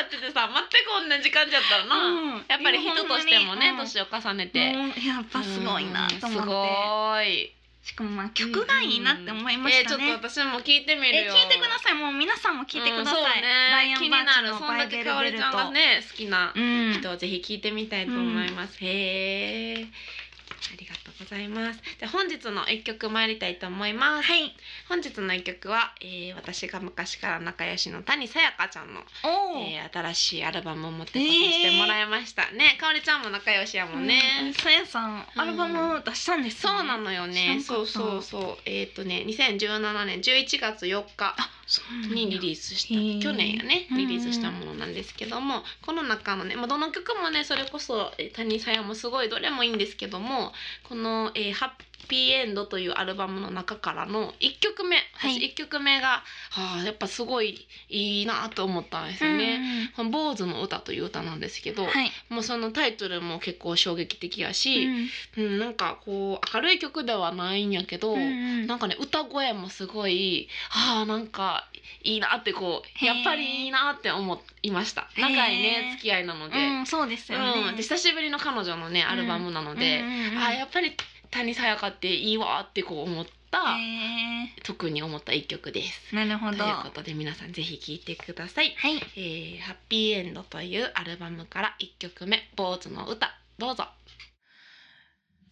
Speaker 2: 経っててさ全く同じ感じやったらな、
Speaker 1: うん
Speaker 2: やっぱり人としてもね
Speaker 1: いや
Speaker 2: 年を重ねて、
Speaker 1: もうやっぱすごいなと思
Speaker 2: うんす
Speaker 1: って
Speaker 2: ごい
Speaker 1: しかもまあ曲がいいなって思いましたね、
Speaker 2: うんえーちょっと私も聞いてみ
Speaker 1: え
Speaker 2: るよ
Speaker 1: 聞いてくださいもう皆さんも聞いてください、
Speaker 2: うんそうね
Speaker 1: ライアンバーチの
Speaker 2: 気に
Speaker 1: バ
Speaker 2: な
Speaker 1: イ
Speaker 2: る
Speaker 1: ベル
Speaker 2: そんだけかお
Speaker 1: ベ
Speaker 2: り
Speaker 1: ル
Speaker 2: ち
Speaker 1: ト
Speaker 2: ゃんがね好きな
Speaker 1: うん
Speaker 2: 人をぜひ聞いてみたいと思います、へーありがとうございますじゃあ本日の一曲参りたいと思います
Speaker 1: はい
Speaker 2: 本日の一曲は、えー私が昔から仲良しの谷さやかちゃんの
Speaker 1: おお、
Speaker 2: えー、新しいアルバムを持ってこさせてもらいました、ねかおりちゃんも仲良しやもんね、
Speaker 1: うんさやさんアルバム出したんですね
Speaker 2: そうなのよね
Speaker 1: 知らんか
Speaker 2: そう
Speaker 1: った
Speaker 2: そうそうえっ、とね2017年11月4日
Speaker 1: そうなんや
Speaker 2: にリリースした、
Speaker 1: へー
Speaker 2: 去年やね
Speaker 1: うんうん
Speaker 2: リリースしたものなんですけども、この中のね、まあ、どの曲もねそれこそえー谷さやもすごいどれもいいんですけどもこの、えーハッピーエンド」というアルバムの中からの1曲目、
Speaker 1: はい
Speaker 2: 私1曲目が、はあ、やっぱすごいいいなと思ったんですよね。この坊主の歌という歌なんですけ
Speaker 1: う
Speaker 2: ど、
Speaker 1: んうんはい、
Speaker 2: もうそのタイトルも結構衝撃的や
Speaker 1: う
Speaker 2: し、
Speaker 1: ん
Speaker 2: うんなんかこう明るい曲ではないんやけど、
Speaker 1: うん
Speaker 2: なんかね歌声もすごいあーなんかいいなってこう
Speaker 1: へー
Speaker 2: やっぱりいいなって思いました
Speaker 1: へー
Speaker 2: 長いね付き合いなので,、
Speaker 1: うん、そうですよね、
Speaker 2: うんで久しぶりの彼女のねアルバムなので、
Speaker 1: うんうんうん
Speaker 2: あーやっぱり谷さやかっていいわってこう思った、
Speaker 1: へ
Speaker 2: 特に思った一曲です。
Speaker 1: ーなるほ
Speaker 2: という
Speaker 1: ど
Speaker 2: こ
Speaker 1: は
Speaker 2: とで皆さんぜひ聴いてください。
Speaker 1: い
Speaker 2: えーハッピーエンドというアルバムから1曲目「坊主の歌」どうぞ。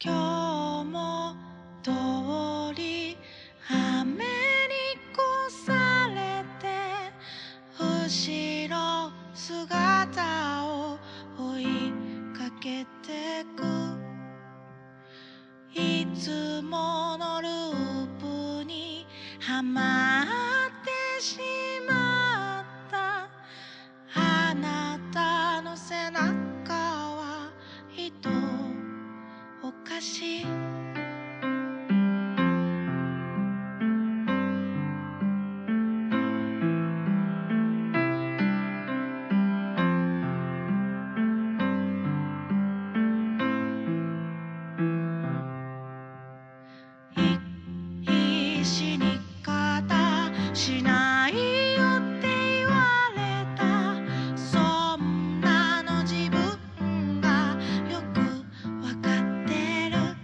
Speaker 3: 今日も通り雨に越されて後ろ姿を追いかけてくいつものループにはまってしまったあなたの背中は人おかしいい必死に肩しないよって言われたそんなの自分がよくわかってる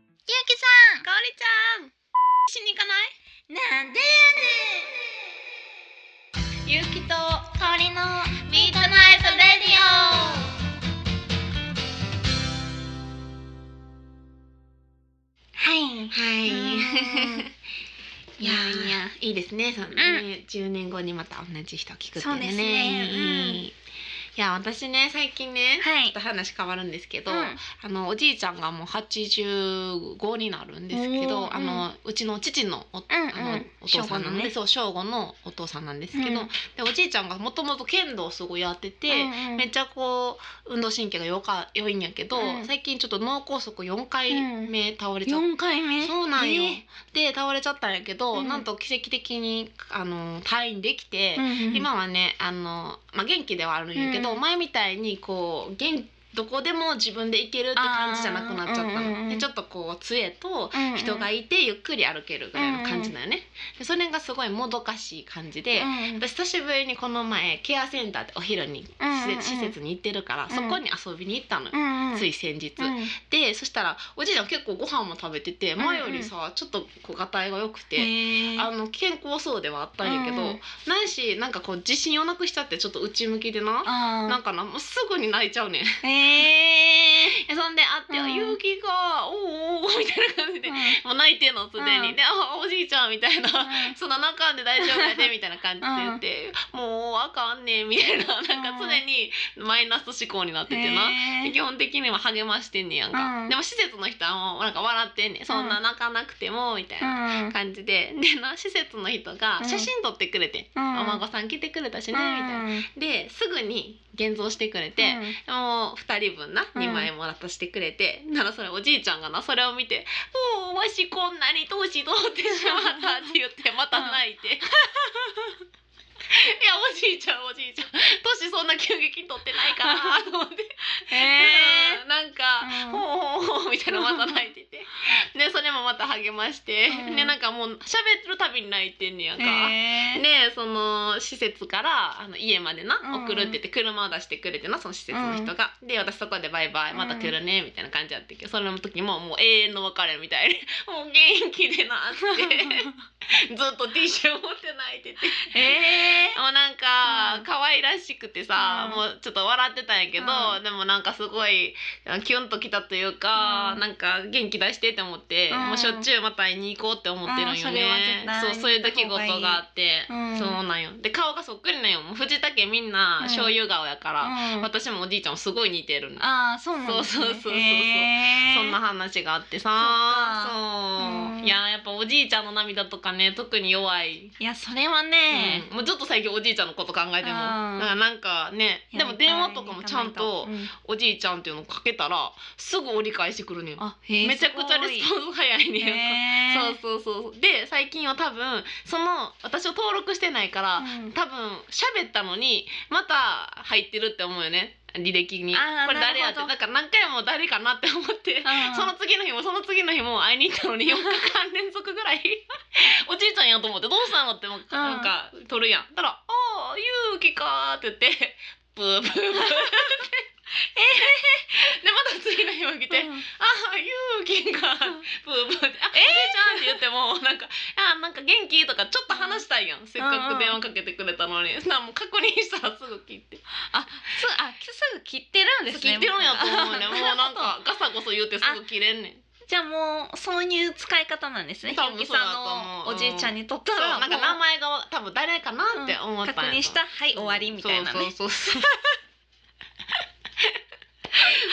Speaker 2: りちゃんしに行かな
Speaker 1: な
Speaker 2: い
Speaker 1: んで
Speaker 2: ゆうき
Speaker 1: やね
Speaker 2: と
Speaker 1: ん香りの
Speaker 2: ミートナイトレディ
Speaker 1: はい
Speaker 2: オ
Speaker 1: うーん
Speaker 2: はいいや
Speaker 1: いや
Speaker 2: い
Speaker 1: い
Speaker 2: や
Speaker 1: や
Speaker 2: いいですねそのね、10年後にまた同じ人を聞くってい
Speaker 1: そうですねうん
Speaker 2: いいいや私ね最近ね、
Speaker 1: は
Speaker 2: ちょっ
Speaker 1: い
Speaker 2: と話変わるんですけど、
Speaker 1: うん
Speaker 2: あのおじいちゃんがもう85になるんですけど、
Speaker 1: おー
Speaker 2: あのうちの父のお,、
Speaker 1: んうん
Speaker 2: あのお父さんなん
Speaker 1: 正午の
Speaker 2: で、
Speaker 1: ね
Speaker 2: そう正午のお父さんなんですけど、
Speaker 1: うん
Speaker 2: でおじいちゃんがもともと剣道をすごいやってて、
Speaker 1: うんうん
Speaker 2: めっちゃこう運動神経がよか良いんやけど、
Speaker 1: うん
Speaker 2: 最近ちょっと脳梗塞4回目倒れちゃって。
Speaker 1: 四回目
Speaker 2: そうなんよ、
Speaker 1: え
Speaker 2: で倒れちゃったんやけど、
Speaker 1: うん
Speaker 2: なんと奇跡的にあの退院できて、
Speaker 1: ーうん
Speaker 2: 今はねあの、まあ、元気ではあるんやけ
Speaker 1: う
Speaker 2: ど、
Speaker 1: ん
Speaker 2: 前みたいにこう元どこでも自分で行けるって感じじゃなくなっちゃったの、
Speaker 1: あーうんうんうん
Speaker 2: でちょっとこう杖と
Speaker 1: うんうん
Speaker 2: 人がいてゆっくり歩けるぐらいの感じだよね、でそれがすごいもどかしい感じで、
Speaker 1: うん
Speaker 2: 私久しぶりにこの前ケアセンターでお昼に施
Speaker 1: うんうんうん
Speaker 2: 設施設に行ってるから、そこに遊びに行ったのよ、
Speaker 1: うんうん
Speaker 2: つい先日。
Speaker 1: うん
Speaker 2: でそしたらおじいちゃん結構ご飯も食べてて
Speaker 1: んうん
Speaker 2: 前よりさ、ちょっとこうがたいが良くて。
Speaker 1: へー
Speaker 2: あの健康そうではあったんやけど、
Speaker 1: うん
Speaker 2: ないしなんかこう自信をなくしちゃってちょっと内向きでな、
Speaker 1: あ
Speaker 2: なんかなもうすぐに泣いちゃうねん
Speaker 1: ーへえ
Speaker 2: えそんで会って「
Speaker 1: うん
Speaker 2: 勇気がおーおー」みたいな感じで、もう泣いてんのすでに、
Speaker 1: うん
Speaker 2: で「あおじいちゃん」みた いな「そんな泣かんで大丈夫やで」みたいな感じで言って「もうあかんねん」みたいななんか常にマイナス思考になっててな。で基本的には励ましてんねやんか、
Speaker 1: うん
Speaker 2: でも施設の人はもうなんか笑ってんねんそんな泣かなくてもみたいな感じで、でな施設の人が
Speaker 1: うん
Speaker 2: 写真撮ってくれて、
Speaker 1: お
Speaker 2: お孫さん来てくれたしね、みたいな
Speaker 1: み
Speaker 2: ですぐに現像してくれて、もう2人分な
Speaker 1: うん
Speaker 2: 2枚もらったしてくれて、ならそれおじいちゃんがなそれを見て「もうわしこんなに年取ってしまった」って言ってまた泣いて。 いやおじいちゃんおじいちゃん年そんな急激に取ってないからと思って
Speaker 1: へ
Speaker 2: うんなんか
Speaker 1: う
Speaker 2: 「
Speaker 1: ん
Speaker 2: ほうほうほう」みたいなまた泣いて てでそれもまた励まして、
Speaker 1: うん
Speaker 2: でなんかもう喋るたびに泣いてんねやんか。
Speaker 1: え
Speaker 2: でその施設からあの家までな
Speaker 1: うん
Speaker 2: 送るって言って車を出してくれてなその施設の人が、で私そこでバイバイまた来るねみたいな感じだったけどその時ももう永遠の別れみたいにもう元気でな ってずっとティッシュ持って泣いてて
Speaker 1: え
Speaker 2: もうなんか、
Speaker 1: うん
Speaker 2: 可愛らしくてさ、
Speaker 1: うん
Speaker 2: もうちょっと笑ってたんやけど、
Speaker 1: う
Speaker 2: でもなんかすごいあキュンときたというか、
Speaker 1: うん
Speaker 2: なんか元気出してって思って、
Speaker 1: うん
Speaker 2: もうしょっちゅうまた会いに行こうって思って
Speaker 1: あ
Speaker 2: るんよ
Speaker 1: ーそれは
Speaker 2: ね
Speaker 1: 絶対
Speaker 2: そうそういう出来事があって、
Speaker 1: うん
Speaker 2: そうなんよで顔がそっくりなんよもう藤竹みんな
Speaker 1: うん
Speaker 2: 醤油顔やから、
Speaker 1: ー
Speaker 2: 私もおじいちゃんもすごい似てるの
Speaker 1: ああそうなんですね
Speaker 2: そうそうそうそう
Speaker 1: へー
Speaker 2: そんな話があってさ
Speaker 1: そ
Speaker 2: そう
Speaker 1: う、ん
Speaker 2: いややっぱおじいちゃんの涙とかね特に弱い
Speaker 1: いやそれはね
Speaker 2: うんもうちょっと最近おじいちゃんのこと考えてもだ
Speaker 1: あー
Speaker 2: からなんかね
Speaker 1: いや
Speaker 2: でも電話とかもちゃんと
Speaker 1: う
Speaker 2: おじいちゃんっていうのをかけたらすぐ折り返してくるねん
Speaker 1: あへー
Speaker 2: めちゃくちゃレス
Speaker 1: す
Speaker 2: ポンス早い
Speaker 1: ごい
Speaker 2: ねん
Speaker 1: へー
Speaker 2: そうそうそうで最近は多分その私を登録してないから、
Speaker 1: うん
Speaker 2: 多分喋ったのにまた入ってるって思うよね履歴に
Speaker 1: あー
Speaker 2: これ誰やって
Speaker 1: なるほど
Speaker 2: だから何回も誰かなって思って
Speaker 1: うん
Speaker 2: その次の日もその次の日も会いに行ったのに4日間連続ぐらい おじいちゃんやと思ってどうしたのってもうなんか取るやん。だから「ああ勇気か」って言ってブーブーブーって。 えでまた次の日も来て「
Speaker 1: うん
Speaker 2: ああ勇気か」ブーブーって「あおじいちゃん」って言ってもなんか「あなんか元気?」とかちょっと話したいやんせっかく電話かけてくれたのになもう確認したらすぐ切って
Speaker 1: すあすぐ切ってるんですね
Speaker 2: 切ってるんやと思うね
Speaker 1: な
Speaker 2: も
Speaker 1: るほ
Speaker 2: う
Speaker 1: ど
Speaker 2: なんかガサゴソ言うてすぐ切れんねん。
Speaker 1: じゃあもうそういう使い方なんですね
Speaker 2: 多
Speaker 1: ゆう
Speaker 2: 分
Speaker 1: き
Speaker 2: そうだ
Speaker 1: さ
Speaker 2: と思うん
Speaker 1: のおじいちゃんにとった
Speaker 2: そう
Speaker 1: ら
Speaker 2: なん
Speaker 1: も
Speaker 2: か
Speaker 1: う
Speaker 2: 名前が多分誰かなって思ったんやと
Speaker 1: 確認したはい終わりみたいなね
Speaker 2: そうそうそ うそう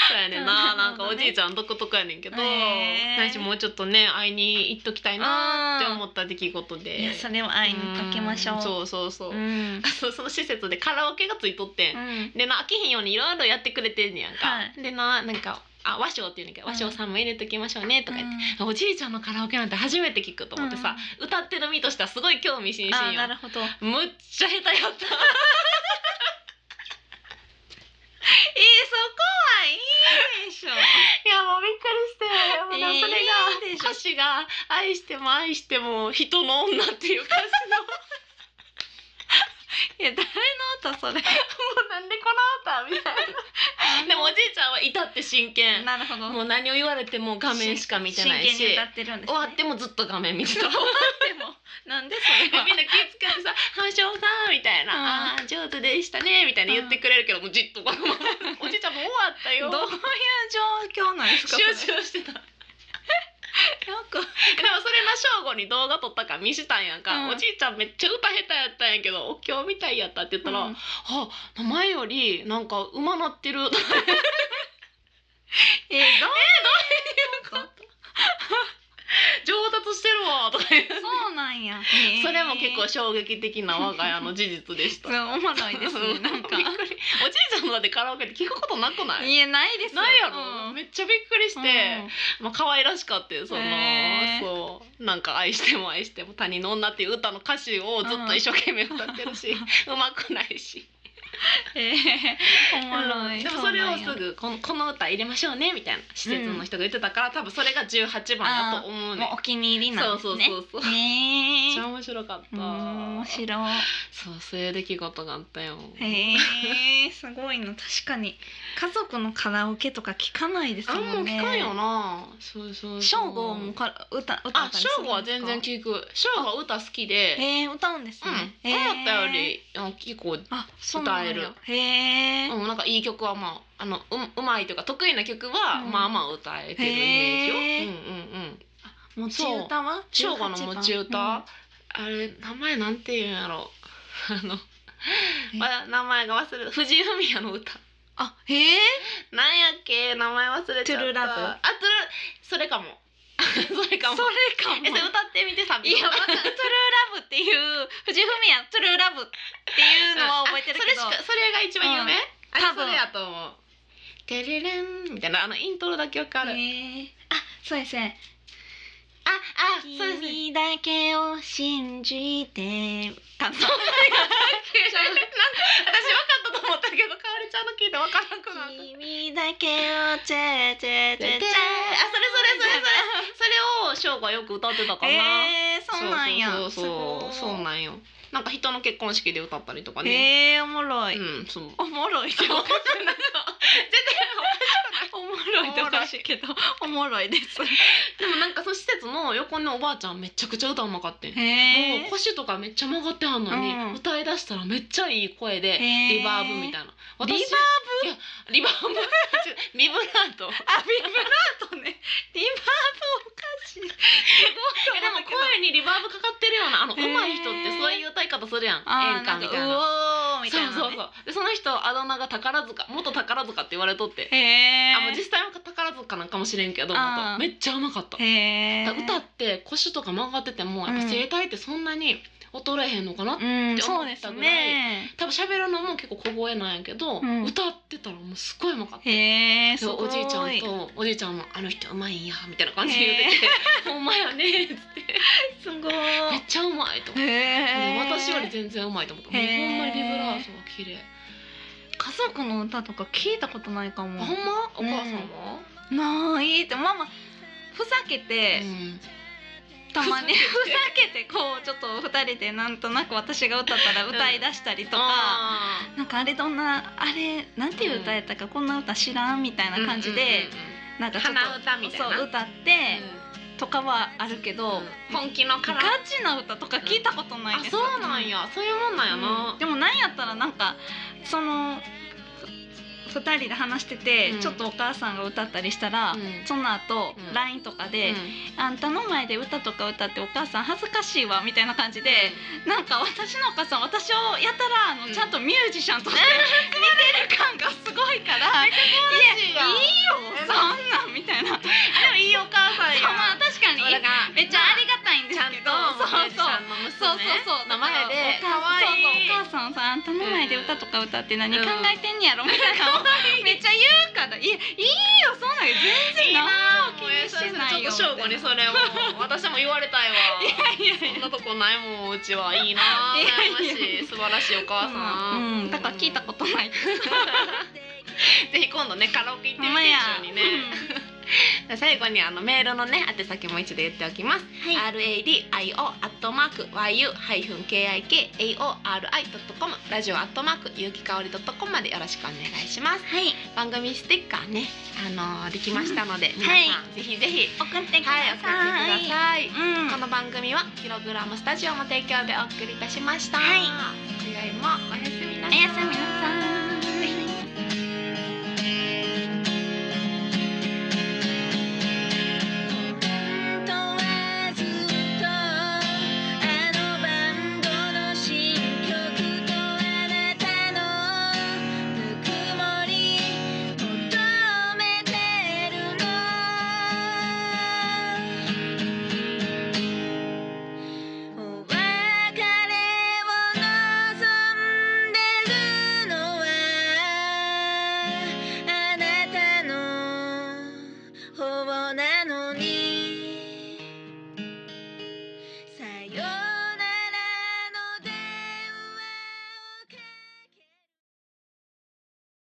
Speaker 2: そうやねんな
Speaker 1: なる
Speaker 2: なん
Speaker 1: ほど
Speaker 2: か
Speaker 1: ね
Speaker 2: おじいちゃん独特やねんけど、
Speaker 1: へー
Speaker 2: 何しもうちょっとね会いに行っときたいなって思った出来事で
Speaker 1: いやそれを愛にかけましょ
Speaker 2: ん
Speaker 1: う
Speaker 2: そうそうそう、
Speaker 1: うん
Speaker 2: そうその施設でカラオケがついとってん
Speaker 1: うん
Speaker 2: でな飽きひんようにいろいろやってくれてんねやんか、
Speaker 1: はい
Speaker 2: でななんか「あ和尚」っていうねんけど
Speaker 1: う
Speaker 2: 「
Speaker 1: ん
Speaker 2: 和尚さんも入れときましょうね」とか言って、
Speaker 1: うん
Speaker 2: おじいちゃんのカラオケなんて初めて聞くと思ってさ、歌ってる身としてはすごい興味津
Speaker 1: うんあ
Speaker 2: 々
Speaker 1: ー
Speaker 2: よ
Speaker 1: なるほどえー
Speaker 2: むっちゃ下手やった
Speaker 1: そこはい いでしょ
Speaker 2: いやもうびっくりして
Speaker 1: えー
Speaker 2: それ
Speaker 1: いいでし
Speaker 2: が
Speaker 1: ょ
Speaker 2: 歌詞が「愛しても愛しても人の女」っていう歌詞のも
Speaker 1: いや誰の歌それ
Speaker 2: うなんでこの歌みたいな でもおじいちゃんはいたって真剣
Speaker 1: なるほど
Speaker 2: もう何を言われても画面しか見てないし
Speaker 1: 真剣に歌ってるんです、ね、
Speaker 2: 終わってもずっと画面見て た
Speaker 1: でもなんでそれは
Speaker 2: みんな気遣ってさ「半笑さん」みたいな「あ
Speaker 1: うん
Speaker 2: あー上手でしたね」みたいな言ってくれるけどもうじっと おじいちゃんもう終わったよ
Speaker 1: どういう状況なんですか
Speaker 2: 集
Speaker 1: それ
Speaker 2: 中してたでも
Speaker 1: よく
Speaker 2: それな正吾に動画撮ったから見したんやんか、
Speaker 1: うん
Speaker 2: おじいちゃんめっちゃ歌下手やったんやけどお経みたいやったって言ったら
Speaker 1: う
Speaker 2: 「
Speaker 1: ん
Speaker 2: あ前よりなんか馬なってる」 とか
Speaker 1: えー、どういうこと
Speaker 2: 上達してるわ」とか言って
Speaker 1: そうなんや、
Speaker 2: それも結構
Speaker 1: し
Speaker 2: 衝撃的な我が家の事実でした。
Speaker 1: おもろいです ねなんか
Speaker 2: びっくりおじいちゃんのだってカラオケって聞くことなくない
Speaker 1: いえないです
Speaker 2: ないやろ、
Speaker 1: うん
Speaker 2: めっちゃびっくりして、まあ可愛らしかったよその、
Speaker 1: へー
Speaker 2: そうなんか「愛しても愛しても他人の女」っていう歌の歌詞をずっと一生懸命歌ってるし、 うまくないし
Speaker 1: うんえー、 おもろい
Speaker 2: でもそれを
Speaker 1: うな
Speaker 2: す
Speaker 1: んや
Speaker 2: ぐこの「この歌入れましょうね」みたいな施設の人が言ってたから、多分それが18番だと思う
Speaker 1: もう
Speaker 2: ね
Speaker 1: お気に入り
Speaker 2: そ
Speaker 1: なん
Speaker 2: う
Speaker 1: です
Speaker 2: そう
Speaker 1: ね
Speaker 2: そうそう、めっちゃ
Speaker 1: ね
Speaker 2: 面白かっ
Speaker 1: え
Speaker 2: た
Speaker 1: ー、面白い
Speaker 2: そうそういう出来事があったよ
Speaker 1: へえすごいな確かに家族のカラオケとか聞かないです
Speaker 2: あ
Speaker 1: も
Speaker 2: ん
Speaker 1: んね
Speaker 2: も聞かんよな。そうそうそう。
Speaker 1: 翔吾もか歌歌
Speaker 2: あ
Speaker 1: っ、たりす
Speaker 2: ショ
Speaker 1: るんですか
Speaker 2: ーゴは全然聞く。ショーゴは歌好きで。
Speaker 1: えー、歌うんです
Speaker 2: う
Speaker 1: ね、
Speaker 2: ん。
Speaker 1: えー
Speaker 2: 思ったよりあ結構、う
Speaker 1: あそうなんや
Speaker 2: 歌える
Speaker 1: へえ、
Speaker 2: んなんかいい曲はまああのううまいというか得意な曲は
Speaker 1: うん
Speaker 2: まあまあ歌えてるイ
Speaker 1: へ
Speaker 2: メー
Speaker 1: ー
Speaker 2: ジよ。うんうんうん。
Speaker 1: 持ち歌は
Speaker 2: ショーゴの
Speaker 1: 18
Speaker 2: 持ち歌、
Speaker 1: 番
Speaker 2: あれ名前なんていうんやろ。 あの
Speaker 1: え。
Speaker 2: わ名前が忘れた藤井フミヤの歌
Speaker 1: あへえ
Speaker 2: なんやっけ名前忘れちゃった
Speaker 1: トゥルーラブ
Speaker 2: あトゥルーそれかも それか
Speaker 1: そ
Speaker 2: も
Speaker 1: れかも
Speaker 2: えそれ歌ってみてさ
Speaker 1: いやまたトゥルーラブっていう藤井フミヤトゥルーラブっていうのは覚えてるけど
Speaker 2: あそれしかそれが一番有名、
Speaker 1: うん
Speaker 2: あれ
Speaker 1: 多分
Speaker 2: それやと思うテレレンみたいなあのイントロだけわかる、
Speaker 1: へえあそうですね
Speaker 2: ああそうですね
Speaker 1: 君だけを信じてかな
Speaker 2: 私分かったと思ったけどかおりちゃんの聞いて分からなくなった
Speaker 1: 君だけをチェチェチェチェ
Speaker 2: あそれそれそれそれそれを翔がよく歌ってたかな、
Speaker 1: えー、そうなんや
Speaker 2: そうそうそうそう
Speaker 1: や
Speaker 2: なんよなんか人の結婚式で歌ったりとかね、
Speaker 1: えー、おもろい、
Speaker 2: うんそう
Speaker 1: おもろいっておかしくないおもろいっておかしいけどおもろいです
Speaker 2: でもなんかその施設の横のおばあちゃんめちゃくちゃ歌うまかってん
Speaker 1: へ
Speaker 2: もう
Speaker 1: え
Speaker 2: 腰とかめっちゃ曲がってはんのに、
Speaker 1: うん
Speaker 2: 歌いだしたらめっちゃいい声で
Speaker 1: へー
Speaker 2: リバーブみたいな私
Speaker 1: リバ
Speaker 2: いやリバーブ 違うビブラート
Speaker 1: あビブラートねリバーブおかしい
Speaker 2: いやでも声にリバーブかかってるようなあの
Speaker 1: へー
Speaker 2: 上手い人ってそういう歌い方するやん
Speaker 1: あ
Speaker 2: 演
Speaker 1: ー
Speaker 2: 歌
Speaker 1: な
Speaker 2: み
Speaker 1: ん
Speaker 2: た
Speaker 1: か
Speaker 2: いうな。
Speaker 1: おーみたいな、ね、
Speaker 2: そうそうそうでその人あだ名が宝塚元宝塚って言われとって、
Speaker 1: へえ
Speaker 2: あもう実際は宝塚なんかもしれんけど
Speaker 1: あー
Speaker 2: めっちゃうまかった
Speaker 1: へえ
Speaker 2: だから歌って腰とか曲がっててもやっぱ声帯ってそんなに衰えへんのかなって
Speaker 1: うん
Speaker 2: って
Speaker 1: そう
Speaker 2: 思
Speaker 1: で
Speaker 2: った
Speaker 1: す
Speaker 2: ぐらい
Speaker 1: ね
Speaker 2: 多分喋るのも結構小声なんやけど、
Speaker 1: うん
Speaker 2: 歌ってたらもうすごいうまかった。
Speaker 1: へえす
Speaker 2: そう
Speaker 1: ごい
Speaker 2: おじいちゃんとおじいちゃんも「あの人うまいんや」みたいな感じで言ってて「 ほんまやね」っつって
Speaker 1: す ごい
Speaker 2: 「めっちゃうまい」と思って、
Speaker 1: へえ
Speaker 2: 私より全然うまいと思った、もう
Speaker 1: へー
Speaker 2: ほんまにビブラートが綺麗
Speaker 1: 家族の歌とか聞いたことないかも
Speaker 2: あほんまお母さんは、
Speaker 1: ないってママふざけて、
Speaker 2: うん
Speaker 1: たまに
Speaker 2: ふ
Speaker 1: ふ
Speaker 2: ざ
Speaker 1: ざ
Speaker 2: け
Speaker 1: けてこうちょっと二人でなんとなく私が歌ったら歌い出したりとか、
Speaker 2: あ
Speaker 1: なんかあれどんなあれなんていう歌やったか、こんな歌知らんみたい
Speaker 2: ー
Speaker 1: な感じで、
Speaker 2: うんうんうん
Speaker 1: なんかちょっと
Speaker 2: 鼻歌みたいな
Speaker 1: そう歌って、とかはあるけど、
Speaker 2: うん本気のカ
Speaker 1: ガ
Speaker 2: ラ
Speaker 1: チな歌とか聞いたことない
Speaker 2: あ
Speaker 1: です、
Speaker 2: そうなんやそういうもんなんやな、
Speaker 1: うんでもなんやったらなんかそのふ二人で話してて、
Speaker 2: うん
Speaker 1: ちょっとお母さんが歌ったりしたら、
Speaker 2: うん
Speaker 1: その後、
Speaker 2: うん
Speaker 1: LINE とかで、
Speaker 2: うん
Speaker 1: あんたの前で歌とか歌ってお母さん恥ずかしいわ」みたいな感じで、なんか私のお母さん私をやたらあの、
Speaker 2: うん
Speaker 1: ちゃんとミュージシャンとして見てる感がすごいから「い
Speaker 2: しい
Speaker 1: や
Speaker 2: やん
Speaker 1: いいよそんなん」みたいな。
Speaker 2: でもいいお母さんや
Speaker 1: まあ確かに
Speaker 2: そうだから
Speaker 1: めっちゃありがたいんで
Speaker 2: ち
Speaker 1: す
Speaker 2: ゃん
Speaker 1: け
Speaker 2: と
Speaker 1: どそうそうそうそうそう
Speaker 2: 名前で
Speaker 1: だからお母さんそうそうお母さ
Speaker 2: 可愛い
Speaker 1: んさあんたの前で歌とか歌って何
Speaker 2: うん
Speaker 1: 考えてんやろみたいなのをめっちゃ言うから「いやいいよそんなん全然何も気にしてないよ」
Speaker 2: ちょっと正吾にそれを 私も言われたいわ
Speaker 1: いやいやいや
Speaker 2: そんなとこないもんうちはいいな羨ましい素晴らしいお母さん、
Speaker 1: うんだから聞いたことないけど
Speaker 2: ぜひ今度ねカラオケ行ってみて一緒にね、最後にあのメールのね宛先も一度言っておきます。
Speaker 1: はい、
Speaker 2: RADIO アットマーク YU ハイフン KIKAORI ドットコムラジオアットマーク有機香りドットコムまでよろしくお願いします。
Speaker 1: はい、
Speaker 2: 番組ステッカーねあのーできましたので、
Speaker 1: ん
Speaker 2: 皆さん、
Speaker 1: は
Speaker 2: ぜひぜひ
Speaker 1: 送ってくだ
Speaker 2: はい送
Speaker 1: さい。
Speaker 2: ってください。
Speaker 1: うん、
Speaker 2: この番組はキログラムスタジオの提供でお送りいたしました。
Speaker 1: はい
Speaker 2: 今宵もおやすみな
Speaker 1: お
Speaker 2: さい。
Speaker 1: やすみなさい。